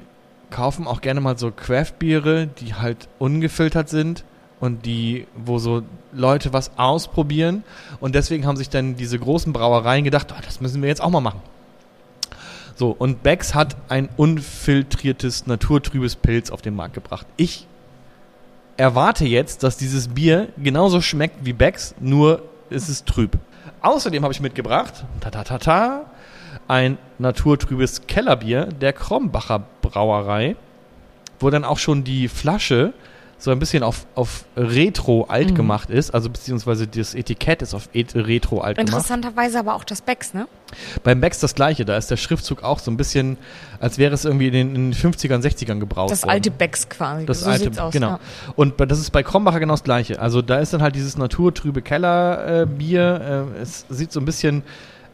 [SPEAKER 1] kaufen auch gerne mal so Craft-Biere, die halt ungefiltert sind und die, wo so Leute was ausprobieren. Und deswegen haben sich dann diese großen Brauereien gedacht, "Ah, das müssen wir jetzt auch mal machen. So, und Becks hat ein unfiltriertes, naturtrübes Pilz auf den Markt gebracht. Ich erwarte jetzt, dass dieses Bier genauso schmeckt wie Becks, nur ist es trüb. Außerdem habe ich mitgebracht, ta ta ta ta, ein naturtrübes Kellerbier der Krombacher Brauerei, wo dann auch schon die Flasche so ein bisschen auf, auf Retro alt gemacht ist, also beziehungsweise das Etikett ist auf Et Retro alt gemacht.
[SPEAKER 2] Interessanterweise aber auch das Becks, ne?
[SPEAKER 1] Beim Becks das gleiche, da ist der Schriftzug auch so ein bisschen, als wäre es irgendwie in den, in den 50ern, 60ern gebraut
[SPEAKER 2] Das
[SPEAKER 1] worden.
[SPEAKER 2] alte Becks quasi.
[SPEAKER 1] das
[SPEAKER 2] so
[SPEAKER 1] alte,
[SPEAKER 2] sieht's aus.
[SPEAKER 1] genau.
[SPEAKER 2] Ja.
[SPEAKER 1] Und bei- das ist bei Krombacher genau das gleiche. Also da ist dann halt dieses naturtrübe Kellerbier. Äh, Bier, äh, es sieht so ein bisschen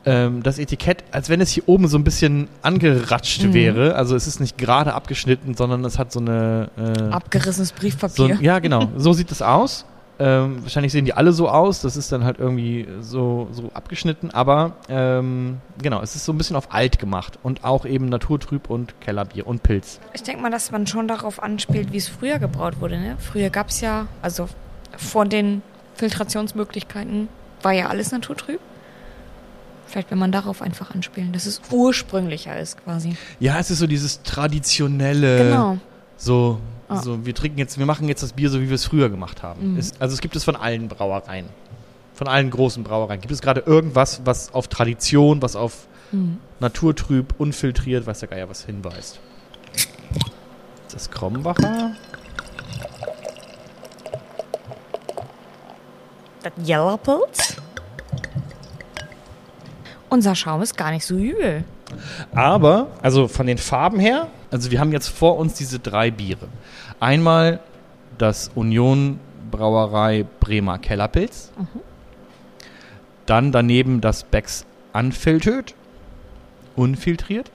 [SPEAKER 1] ähm, das Etikett, als wenn es hier oben so ein bisschen angeratscht
[SPEAKER 2] Mhm.
[SPEAKER 1] wäre. Also es ist nicht gerade abgeschnitten, sondern es hat so eine äh,
[SPEAKER 2] Abgerissenes
[SPEAKER 1] so
[SPEAKER 2] Briefpapier.
[SPEAKER 1] ein, ja, genau. So sieht das aus. Ähm, wahrscheinlich sehen die alle so aus. Das ist dann halt irgendwie so, so abgeschnitten. Aber ähm, genau, es ist so ein bisschen auf alt gemacht. Und auch eben Naturtrüb und Kellerbier und Pilz.
[SPEAKER 2] Ich denke mal, dass man schon darauf anspielt, wie es früher gebraut wurde. Ne? Früher gab es ja, also vor den Filtrationsmöglichkeiten war ja alles naturtrüb. Vielleicht will man darauf einfach anspielen, dass es ursprünglicher ist quasi.
[SPEAKER 1] Ja, es ist so dieses traditionelle.
[SPEAKER 2] genau.
[SPEAKER 1] So,
[SPEAKER 2] Ah.
[SPEAKER 1] so wir trinken jetzt, wir machen jetzt das Bier so, wie wir es früher gemacht haben. Es, also es gibt es von allen Brauereien. Von allen großen Brauereien. Gibt es gerade irgendwas, was auf Tradition, was auf Naturtrüb, unfiltriert, weiß der Geier, was hinweist. Ist das Krombacher?
[SPEAKER 2] Das Yellow Pills. Unser Schaum ist gar nicht so übel.
[SPEAKER 1] Aber, also von den Farben her, also wir haben jetzt vor uns diese drei Biere. Einmal das Union Brauerei Bremer Kellerpilz. Dann daneben das Becks Unfiltered, unfiltriert.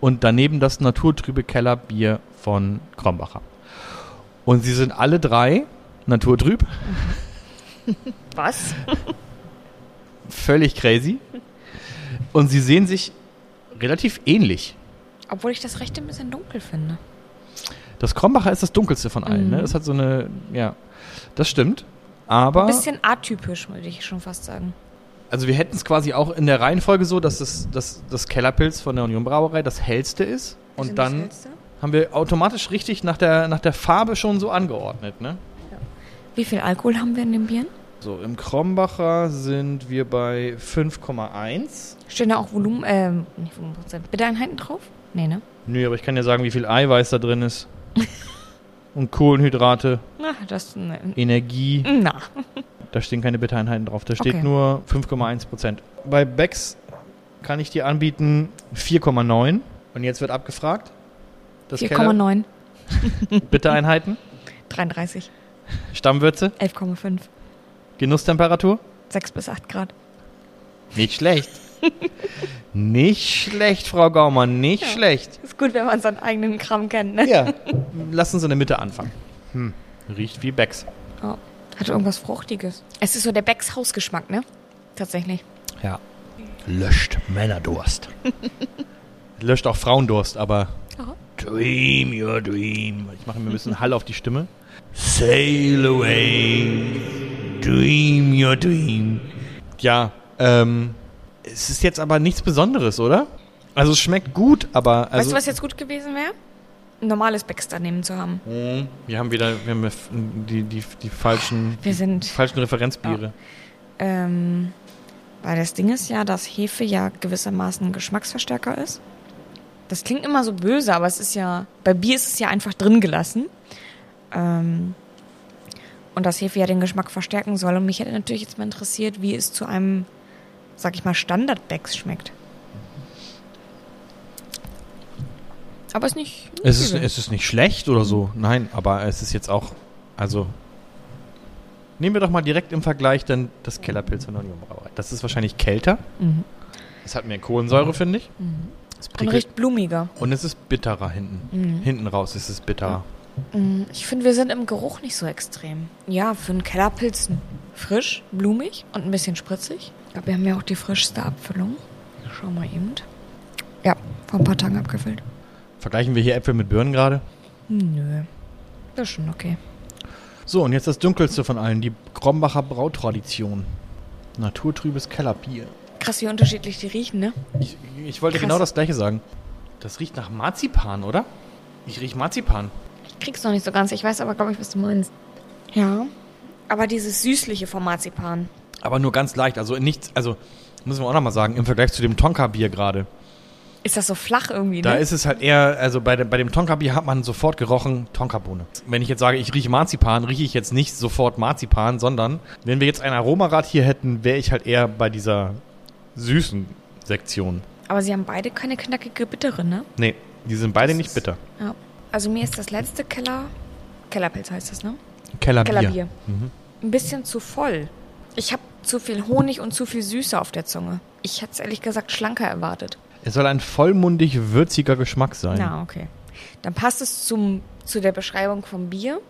[SPEAKER 1] Und daneben das naturtrübe Kellerbier von Krombacher. Und sie sind alle drei naturtrüb,
[SPEAKER 2] Was?
[SPEAKER 1] völlig crazy. Und sie sehen sich relativ ähnlich.
[SPEAKER 2] Obwohl ich das Rechte ein bisschen dunkel finde.
[SPEAKER 1] Das Krombacher ist das dunkelste von allen,
[SPEAKER 2] Mhm.
[SPEAKER 1] ne? Das hat so eine, ja, das stimmt. Aber,
[SPEAKER 2] Ein bisschen atypisch, würde ich schon fast sagen.
[SPEAKER 1] also wir hätten es quasi auch in der Reihenfolge so, dass das, das, das Kellerpilz von der Union Brauerei das hellste ist. Und
[SPEAKER 2] Sind das
[SPEAKER 1] dann
[SPEAKER 2] hellste?
[SPEAKER 1] haben wir automatisch richtig nach der, nach der Farbe schon so angeordnet, ne?
[SPEAKER 2] Wie viel Alkohol haben wir in den Bieren?
[SPEAKER 1] So, im Krombacher sind wir bei 5,1.
[SPEAKER 2] Stehen da auch Volumen, ähm, nicht Volumenprozent, Bitteinheiten drauf? Nee, ne?
[SPEAKER 1] Nö, aber ich kann ja sagen, wie viel Eiweiß da drin ist. Und Kohlenhydrate,
[SPEAKER 2] Na, das, ne.
[SPEAKER 1] Energie.
[SPEAKER 2] Na.
[SPEAKER 1] Da stehen keine Bitteinheiten drauf. Da steht
[SPEAKER 2] Okay.
[SPEAKER 1] nur 5,1 Prozent. Bei Becks kann ich dir anbieten 4,9. Und jetzt wird abgefragt. Das Keller
[SPEAKER 2] 4,9,
[SPEAKER 1] Bittereinheiten,
[SPEAKER 2] 33,
[SPEAKER 1] Stammwürze,
[SPEAKER 2] 11,5,
[SPEAKER 1] Genusstemperatur.
[SPEAKER 2] 6 bis 8 Grad.
[SPEAKER 1] Nicht schlecht. Nicht schlecht, Frau Gaumann, nicht schlecht.
[SPEAKER 2] Ist gut, wenn man seinen eigenen Kram kennt, ne?
[SPEAKER 1] Ja. Lass uns in der Mitte anfangen. Hm. Riecht wie Becks.
[SPEAKER 2] Ja. Hat irgendwas Fruchtiges. Es ist so der Becks Hausgeschmack, ne? Tatsächlich.
[SPEAKER 1] Ja. Löscht Männerdurst. Löscht auch Frauendurst, aber.
[SPEAKER 2] Ja.
[SPEAKER 1] Dream your dream. Ich mache mir ein bisschen Hall auf die Stimme.
[SPEAKER 4] Sail away, dream your dream.
[SPEAKER 1] Ja, ähm. Es ist jetzt aber nichts Besonderes, oder? Also es schmeckt gut, aber. Also,
[SPEAKER 2] weißt du, was jetzt gut gewesen wäre? Ein normales Becks daneben zu haben.
[SPEAKER 1] Hm. Mhm. Wir haben wieder wir haben ja f- die, die, die falschen,
[SPEAKER 2] Wir sind.
[SPEAKER 1] falschen Referenzbiere.
[SPEAKER 2] Ähm, weil das Ding ist ja, dass Hefe ja gewissermaßen ein Geschmacksverstärker ist. Das klingt immer so böse, aber es ist ja, bei Bier ist es ja einfach drin gelassen. Ähm, und dass Hefe ja den Geschmack verstärken soll. Und mich hätte natürlich jetzt mal interessiert, wie es zu einem, sag ich mal, Standard-Becks schmeckt. Aber es ist nicht. nicht
[SPEAKER 1] Es, ist,
[SPEAKER 2] übel.
[SPEAKER 1] es ist nicht schlecht oder so. Nein, aber es ist jetzt auch. Also. Nehmen wir doch mal direkt im Vergleich dann das Kellerpilz von der Union Brauerei. Das ist wahrscheinlich kälter.
[SPEAKER 2] Mhm.
[SPEAKER 1] Das hat mehr Kohlensäure, finde ich. Es
[SPEAKER 2] Und Mhm.
[SPEAKER 1] prickelt.
[SPEAKER 2] riecht blumiger.
[SPEAKER 1] Und es ist bitterer hinten. Hinten raus ist es bitterer.
[SPEAKER 2] Mm, Ich finde, wir sind im Geruch nicht so extrem. Ja, für einen Kellerpilz frisch, blumig und ein bisschen spritzig. Aber wir haben ja auch die frischste Abfüllung. Schau mal eben. Ja, vor ein paar Tagen abgefüllt.
[SPEAKER 1] Vergleichen wir hier Äpfel mit Birnen gerade.
[SPEAKER 2] Nö. Das ist schon okay.
[SPEAKER 1] So, und jetzt das dunkelste von allen, die Krombacher Brautradition. Naturtrübes Kellerbier.
[SPEAKER 2] Krass, wie unterschiedlich die riechen, ne?
[SPEAKER 1] Ich, ich wollte
[SPEAKER 2] Krass.
[SPEAKER 1] genau das gleiche sagen. Das riecht nach Marzipan, oder? Ich riech Marzipan.
[SPEAKER 2] Ich krieg's noch nicht so ganz. Ich weiß aber, glaube ich, was du meinst. Ja. Aber dieses süßliche vom Marzipan.
[SPEAKER 1] Aber nur ganz leicht. Also nichts, also müssen wir auch nochmal sagen, im Vergleich zu dem Tonka-Bier gerade.
[SPEAKER 2] Ist das so flach irgendwie,
[SPEAKER 1] Da
[SPEAKER 2] ne?
[SPEAKER 1] ist es halt eher, also bei, de, bei dem Tonka-Bier hat man sofort gerochen Tonkabohne. Wenn ich jetzt sage, ich rieche Marzipan, rieche ich jetzt nicht sofort Marzipan, sondern wenn wir jetzt ein Aromarad hier hätten, wäre ich halt eher bei dieser süßen Sektion.
[SPEAKER 2] aber sie haben beide keine knackige Bittere, ne?
[SPEAKER 1] Nee, die sind beide nicht bitter.
[SPEAKER 2] Ja. Also mir ist das letzte Keller... Kellerpilz heißt das, ne?
[SPEAKER 1] Kellerbier.
[SPEAKER 2] Kellerbier. Ein bisschen zu voll. Ich habe zu viel Honig und zu viel Süße auf der Zunge. Ich hätte es ehrlich gesagt schlanker erwartet.
[SPEAKER 1] Es soll ein vollmundig würziger Geschmack sein.
[SPEAKER 2] Na, okay. Dann passt es zum, zu der Beschreibung vom Bier.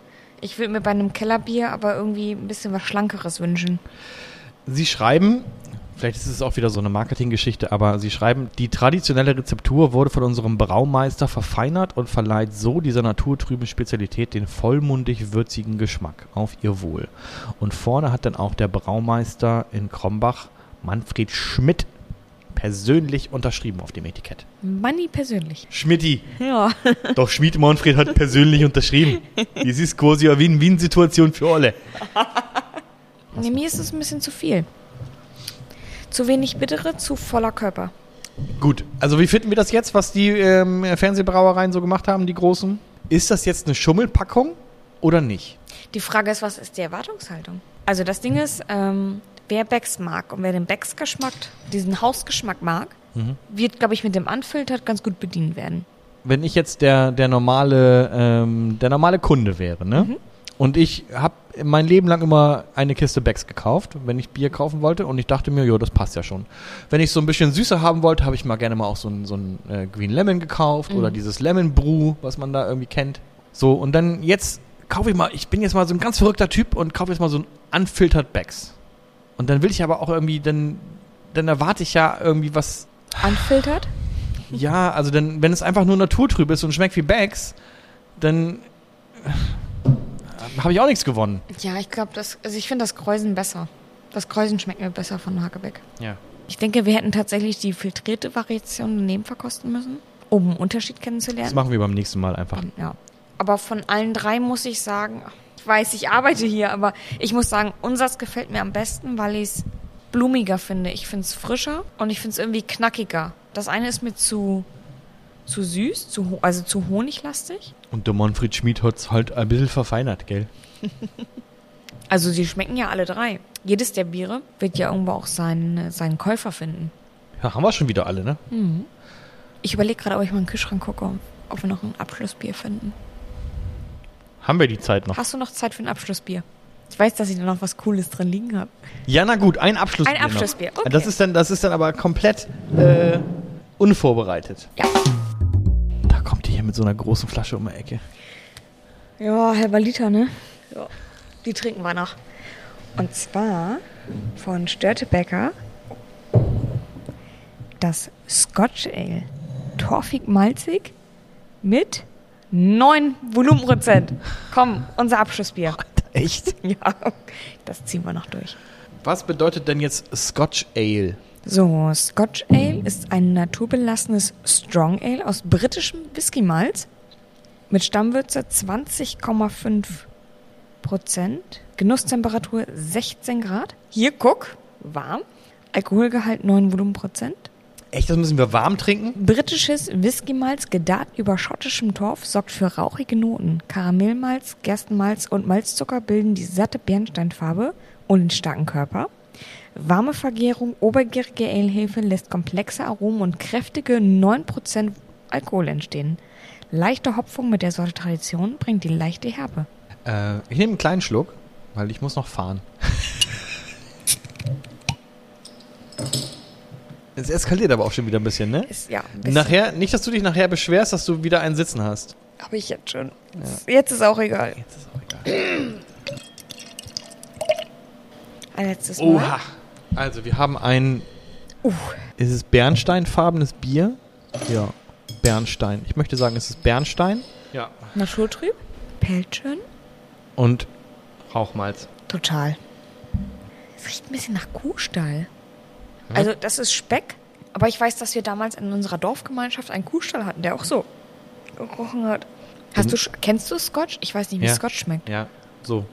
[SPEAKER 2] Ich würde mir bei einem Kellerbier aber irgendwie ein bisschen was Schlankeres wünschen.
[SPEAKER 1] Sie schreiben, vielleicht ist es auch wieder so eine Marketinggeschichte, aber Sie schreiben, die traditionelle Rezeptur wurde von unserem Braumeister verfeinert und verleiht so dieser naturtrüben Spezialität den vollmundig würzigen Geschmack auf ihr Wohl. Und vorne hat dann auch der Braumeister in Krombach, Manfred Schmidt, persönlich unterschrieben auf dem Etikett.
[SPEAKER 2] Manni persönlich.
[SPEAKER 1] Schmidti,
[SPEAKER 2] Ja.
[SPEAKER 1] doch Schmidt Manfred hat persönlich unterschrieben. Das ist quasi eine Win-Win-Situation für alle.
[SPEAKER 2] Nee, mir ist es ein bisschen zu viel. Zu wenig Bittere, zu voller Körper.
[SPEAKER 1] Gut, also wie finden wir das jetzt, was die ähm, Fernsehbrauereien so gemacht haben, die großen? Ist das jetzt eine Schummelpackung oder nicht?
[SPEAKER 2] Die Frage ist, was ist die Erwartungshaltung? Also das Ding ist, ähm, wer Becks mag und wer den Becks-Geschmack, diesen Hausgeschmack mag, wird, glaube ich, mit dem Unfiltert ganz gut bedient werden.
[SPEAKER 1] Wenn ich jetzt der, der, normale, ähm, der normale Kunde wäre, ne? Und ich habe mein Leben lang immer eine Kiste Becks gekauft, wenn ich Bier kaufen wollte. Und ich dachte mir, jo, das passt ja schon. Wenn ich so ein bisschen Süße haben wollte, habe ich mal gerne mal auch so ein, so ein äh, Green Lemon gekauft oder dieses Lemon Brew, was man da irgendwie kennt. So, und dann jetzt kaufe ich mal, ich bin jetzt mal so ein ganz verrückter Typ und kaufe jetzt mal so ein Unfiltered Becks. Und dann will ich aber auch irgendwie, dann, dann erwarte ich ja irgendwie was
[SPEAKER 2] Unfiltert?
[SPEAKER 1] ja, also dann, wenn es einfach nur naturtrüb ist und schmeckt wie Bags, dann äh, habe ich auch nichts gewonnen.
[SPEAKER 2] Ja, ich glaube, das, also ich finde das Kräusen besser. Das Kräusen schmeckt mir besser von Hagebeck.
[SPEAKER 1] Ja.
[SPEAKER 2] Ich denke, wir hätten tatsächlich die filtrierte Variation daneben verkosten müssen, um einen Unterschied
[SPEAKER 1] Das
[SPEAKER 2] kennenzulernen.
[SPEAKER 1] machen wir beim nächsten Mal einfach.
[SPEAKER 2] Ja. Aber von allen drei muss ich sagen, ich weiß, ich arbeite hier, aber ich muss sagen, unseres gefällt mir am besten, weil ich es blumiger finde. Ich finde es frischer und ich finde es irgendwie knackiger. Das eine ist mir zu, zu süß, zu, ho- also zu honiglastig.
[SPEAKER 1] Und der Manfred Schmid hat's halt ein bisschen verfeinert, gell?
[SPEAKER 2] Also sie schmecken ja alle drei. Jedes der Biere wird ja irgendwo auch seinen, seinen Käufer finden.
[SPEAKER 1] Ja, haben wir schon wieder alle, ne?
[SPEAKER 2] Ich überlege gerade, ob ich mal in den Kühlschrank gucke, ob wir noch ein Abschlussbier finden.
[SPEAKER 1] Haben wir die Zeit noch?
[SPEAKER 2] Hast du noch Zeit für ein Abschlussbier? Ich weiß, dass ich da noch was Cooles drin liegen habe.
[SPEAKER 1] Ja, na gut, ein Abschlussbier.
[SPEAKER 2] Ein
[SPEAKER 1] noch.
[SPEAKER 2] Abschlussbier, okay.
[SPEAKER 1] Das ist dann, das ist dann aber komplett äh, unvorbereitet.
[SPEAKER 2] Ja.
[SPEAKER 1] Da kommt die hier mit so einer großen Flasche um die Ecke.
[SPEAKER 2] Ja, halber Liter, ne? Ja. Die trinken wir noch. Und zwar von Störtebecker das Scotch Ale. Torfig malzig mit 9 Volumenprozent. Komm, unser Abschlussbier.
[SPEAKER 1] Echt?
[SPEAKER 2] Ja, das ziehen wir noch durch.
[SPEAKER 1] Was bedeutet denn jetzt Scotch Ale?
[SPEAKER 2] So, Scotch Ale ist ein naturbelassenes Strong Ale aus britischem Whisky-Malz mit Stammwürze 20,5 Prozent, Genusstemperatur 16 Grad. Hier, guck, warm. Alkoholgehalt 9 Volumenprozent.
[SPEAKER 1] Echt, das müssen wir warm trinken?
[SPEAKER 2] Britisches Whisky-Malz gedarrt über schottischem Torf sorgt für rauchige Noten. Karamellmalz, Gerstenmalz und Malzzucker bilden die satte Bernsteinfarbe und den starken Körper. Warme Vergärung, obergärige Alehefe lässt komplexe Aromen und kräftige 9% Alkohol entstehen. Leichte Hopfung mit der Sorte Tradition bringt die leichte Herbe.
[SPEAKER 1] Äh, ich nehme einen kleinen Schluck, weil ich muss noch fahren. Es eskaliert aber auch schon wieder ein bisschen, ne?
[SPEAKER 2] Ist ja ein bisschen.
[SPEAKER 1] Nachher, nicht, dass du dich nachher beschwerst, dass du wieder einen Sitzen hast.
[SPEAKER 2] Habe ich jetzt schon. Jetzt ist auch egal.
[SPEAKER 1] Jetzt ist auch egal.
[SPEAKER 2] Ein letztes Mal.
[SPEAKER 1] Oha! Also, wir haben ein.
[SPEAKER 2] Uh.
[SPEAKER 1] Ist es bernsteinfarbenes Bier? Ja. Bernstein. Ich möchte sagen, es ist Bernstein. Ja.
[SPEAKER 2] Naturtrüb. Peltschön.
[SPEAKER 1] Und Rauchmalz.
[SPEAKER 2] Total. Es riecht ein bisschen nach Kuhstall.
[SPEAKER 1] Hm?
[SPEAKER 2] Also das ist Speck, aber ich weiß, dass wir damals in unserer Dorfgemeinschaft einen Kuhstall hatten, der auch so gerochen hat. Hast du, sch- kennst du Scotch? Ich weiß nicht, wie
[SPEAKER 1] Hm? Ja.
[SPEAKER 2] Scotch schmeckt.
[SPEAKER 1] Ja, so.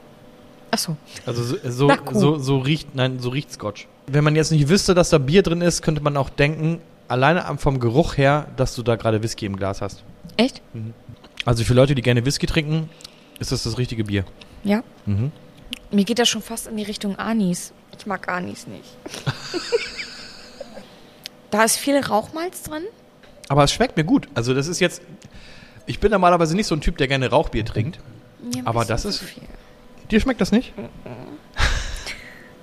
[SPEAKER 2] Ach so.
[SPEAKER 1] Also so, so,
[SPEAKER 2] Nach Kuh.
[SPEAKER 1] so, so riecht, nein, so riecht Scotch. Wenn man jetzt nicht wüsste, dass da Bier drin ist, könnte man auch denken, alleine am- vom Geruch her, dass du da gerade Whisky im Glas hast.
[SPEAKER 2] Echt?
[SPEAKER 1] Also für Leute, die gerne Whisky trinken, ist das das richtige Bier.
[SPEAKER 2] Ja.
[SPEAKER 1] Mhm.
[SPEAKER 2] Mir geht das schon fast in die Richtung Anis. Ich mag Anis nicht. da ist viel Rauchmalz drin.
[SPEAKER 1] Aber es schmeckt mir gut. Also das ist jetzt, ich bin normalerweise nicht so ein Typ, der gerne Rauchbier trinkt.
[SPEAKER 2] Mir ein
[SPEAKER 1] Aber
[SPEAKER 2] bisschen
[SPEAKER 1] das
[SPEAKER 2] zu
[SPEAKER 1] ist-
[SPEAKER 2] viel.
[SPEAKER 1] Dir schmeckt das nicht?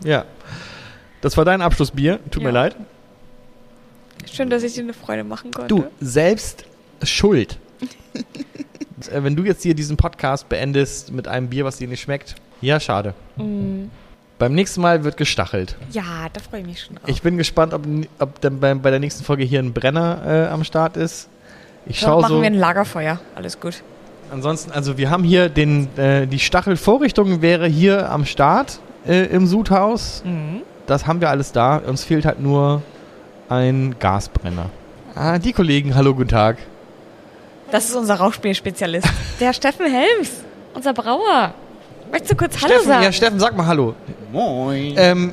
[SPEAKER 1] ja. Das war dein Abschlussbier. Tut
[SPEAKER 2] Ja.
[SPEAKER 1] mir leid.
[SPEAKER 2] Schön, dass ich dir eine Freude machen konnte.
[SPEAKER 1] Du, selbst schuld. Und, äh, Wenn du jetzt hier diesen Podcast beendest mit einem Bier, was dir nicht schmeckt, ja, schade. Beim nächsten Mal wird gestachelt.
[SPEAKER 2] Mhm. Ja, da freue ich mich schon drauf.
[SPEAKER 1] Ich bin gespannt, ob, ob dann bei, bei der nächsten Folge hier ein Brenner äh, am Start ist. Ich
[SPEAKER 2] Dann
[SPEAKER 1] schaue
[SPEAKER 2] machen
[SPEAKER 1] so.
[SPEAKER 2] wir ein Lagerfeuer. Alles gut.
[SPEAKER 1] Ansonsten, also wir haben hier den, äh, die Stachelvorrichtung wäre hier am Start äh, im Sudhaus.
[SPEAKER 2] Mhm.
[SPEAKER 1] Das haben wir alles da. Uns fehlt halt nur ein Gasbrenner. Ah, die Kollegen, hallo, guten Tag.
[SPEAKER 2] Das ist unser Rauchspielspezialist. Der Steffen Helms, unser Brauer. Möchtest du kurz Hallo
[SPEAKER 1] Steffen,
[SPEAKER 2] sagen?
[SPEAKER 1] ja, Steffen, sag mal hallo.
[SPEAKER 5] Moin.
[SPEAKER 1] Ähm,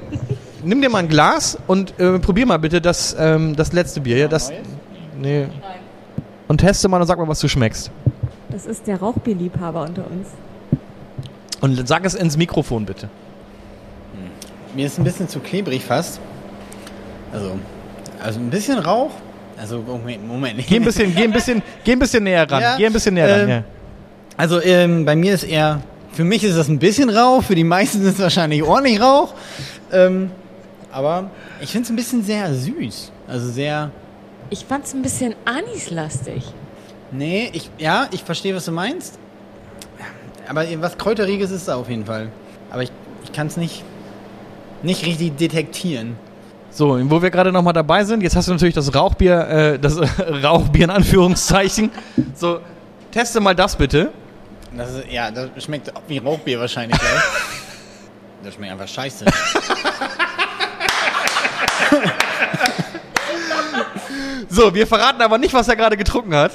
[SPEAKER 1] nimm dir mal ein Glas und äh, probier mal bitte das, ähm, das letzte Bier. Ja, das, nee. Und teste mal und sag mal, was du schmeckst.
[SPEAKER 6] Das ist der Rauchbierliebhaber unter uns.
[SPEAKER 1] Und sag es ins Mikrofon bitte.
[SPEAKER 5] Mir ist ein bisschen zu klebrig fast. Also, also ein bisschen Rauch. Also, Moment, Moment.
[SPEAKER 1] Geh ein bisschen, geh ein bisschen, geh ein bisschen näher ran.
[SPEAKER 5] Ja,
[SPEAKER 1] geh ein bisschen näher ran.
[SPEAKER 5] ähm,
[SPEAKER 1] Ja.
[SPEAKER 5] Also, ähm, bei mir ist eher, für mich ist das ein bisschen Rauch, für die meisten ist es wahrscheinlich ordentlich Rauch. Ähm, aber ich finde es ein bisschen sehr süß. Also sehr,
[SPEAKER 6] Ich fand's ein bisschen anislastig.
[SPEAKER 5] nee, ich, ja, ich verstehe, was du meinst. Aber was Kräuteriges ist es auf jeden Fall. Aber ich, ich kann es nicht, nicht richtig detektieren.
[SPEAKER 1] So, und wo wir gerade nochmal dabei sind, jetzt hast du natürlich das Rauchbier, äh, das Rauchbier in Anführungszeichen. So, teste mal das bitte.
[SPEAKER 5] Das ist, ja, das schmeckt wie Rauchbier wahrscheinlich, ey. Das schmeckt einfach scheiße.
[SPEAKER 1] So, wir verraten aber nicht, was er gerade getrunken hat.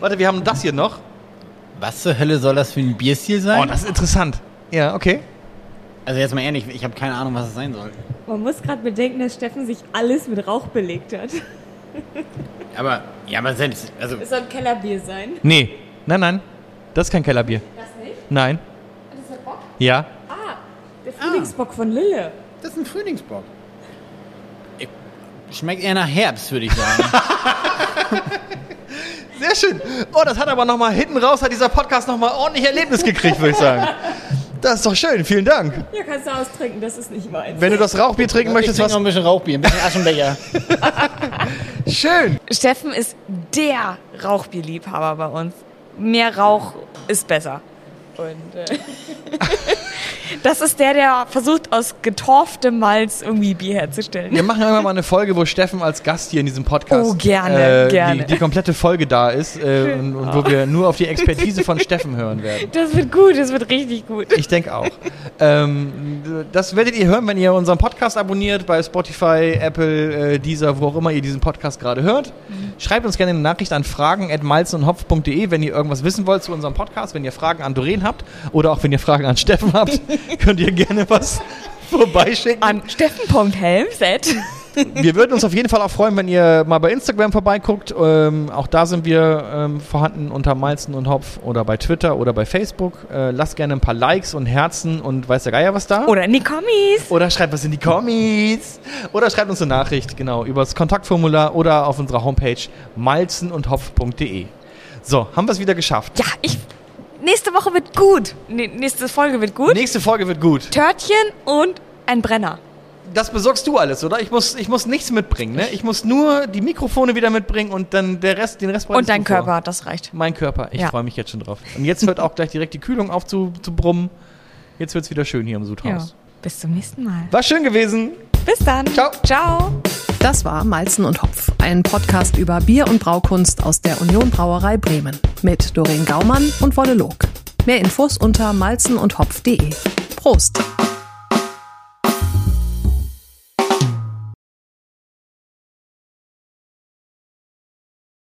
[SPEAKER 1] Warte, wir haben das hier noch.
[SPEAKER 5] Was zur Hölle soll das für ein Bierstil sein?
[SPEAKER 1] Oh, das ist interessant. Ja, okay.
[SPEAKER 5] also jetzt mal ehrlich, ich habe keine Ahnung, was es sein soll.
[SPEAKER 6] Man muss gerade bedenken, dass Steffen sich alles mit Rauch belegt hat.
[SPEAKER 5] Aber, ja, aber selbst, also,
[SPEAKER 6] Es soll ein Kellerbier sein.
[SPEAKER 1] Nee. Nein, nein. Das ist kein Kellerbier.
[SPEAKER 6] Das nicht?
[SPEAKER 1] Nein.
[SPEAKER 6] Das ist der Bock?
[SPEAKER 1] Ja.
[SPEAKER 6] Ah, der Frühlingsbock von Lille.
[SPEAKER 5] das ist ein Frühlingsbock. Schmeckt eher nach Herbst, würde ich sagen.
[SPEAKER 1] Sehr schön. Oh, das hat aber nochmal hinten raus, hat dieser Podcast nochmal ordentlich Erlebnis gekriegt, würde ich sagen. Das ist doch schön, vielen Dank.
[SPEAKER 6] Ja, kannst du austrinken, das ist nicht meins.
[SPEAKER 1] Wenn du das Rauchbier trinken
[SPEAKER 5] Ich
[SPEAKER 1] möchtest,
[SPEAKER 5] trinke
[SPEAKER 1] was
[SPEAKER 5] noch ein bisschen Rauchbier, ein bisschen Aschenbecher.
[SPEAKER 1] schön.
[SPEAKER 2] Steffen ist der Rauchbierliebhaber bei uns. Mehr Rauch ist besser. Und äh, das ist der, der versucht, aus getorftem Malz irgendwie Bier herzustellen.
[SPEAKER 1] Wir machen irgendwann mal eine Folge, wo Steffen als Gast hier in diesem Podcast äh,
[SPEAKER 2] Oh, gerne, gerne.
[SPEAKER 1] Die, die komplette Folge da ist äh, und, und wo wir nur auf die Expertise von Steffen hören werden.
[SPEAKER 2] Das wird gut, das wird richtig gut.
[SPEAKER 1] Ich denke auch. Ähm, das werdet ihr hören, wenn ihr unseren Podcast abonniert bei Spotify, Apple, äh, Deezer, wo auch immer ihr diesen Podcast gerade hört. Schreibt uns gerne eine Nachricht an fragen.malzenundhopf.de, wenn ihr irgendwas wissen wollt zu unserem Podcast, wenn ihr Fragen an Doreen habt oder auch wenn ihr Fragen an Steffen habt, könnt ihr gerne was vorbeischicken.
[SPEAKER 2] An steffen.helmset.
[SPEAKER 1] Wir würden uns auf jeden Fall auch freuen, wenn ihr mal bei Instagram vorbeiguckt. Ähm, auch da sind wir ähm, vorhanden unter Malzen und Hopf oder bei Twitter oder bei Facebook. Äh, lasst gerne ein paar Likes und Herzen und weiß der Geier was da.
[SPEAKER 2] Oder in die Kommis.
[SPEAKER 1] Oder schreibt was in die Kommis. Oder schreibt uns eine Nachricht, genau, über das Kontaktformular oder auf unserer Homepage malzenundhopf.de. So, haben wir es wieder geschafft.
[SPEAKER 2] Ja, ich. Nächste Woche wird gut. Nee, nächste Folge wird gut.
[SPEAKER 1] Nächste Folge wird gut.
[SPEAKER 2] Törtchen und ein Brenner.
[SPEAKER 1] Das besorgst du alles, oder? Ich muss, ich muss nichts mitbringen, ne? Ich muss nur die Mikrofone wieder mitbringen und dann der Rest, den Rest bereitest
[SPEAKER 2] Und dein
[SPEAKER 1] du vor.
[SPEAKER 2] Körper, das reicht.
[SPEAKER 1] Mein Körper, ich
[SPEAKER 2] Ja.
[SPEAKER 1] freue mich jetzt schon drauf. Und jetzt hört auch gleich direkt die Kühlung auf zu, zu brummen. Jetzt wird's wieder schön hier im
[SPEAKER 2] Ja.
[SPEAKER 1] Sudhaus.
[SPEAKER 2] Bis zum nächsten Mal.
[SPEAKER 1] War schön gewesen.
[SPEAKER 2] Bis dann.
[SPEAKER 1] Ciao.
[SPEAKER 2] Ciao.
[SPEAKER 3] Das war Malzen und Hopf, ein Podcast über Bier und Braukunst aus der Union Brauerei Bremen mit Doreen Gaumann und Wolle Log. Mehr Infos unter malzenundhopf.de. Prost!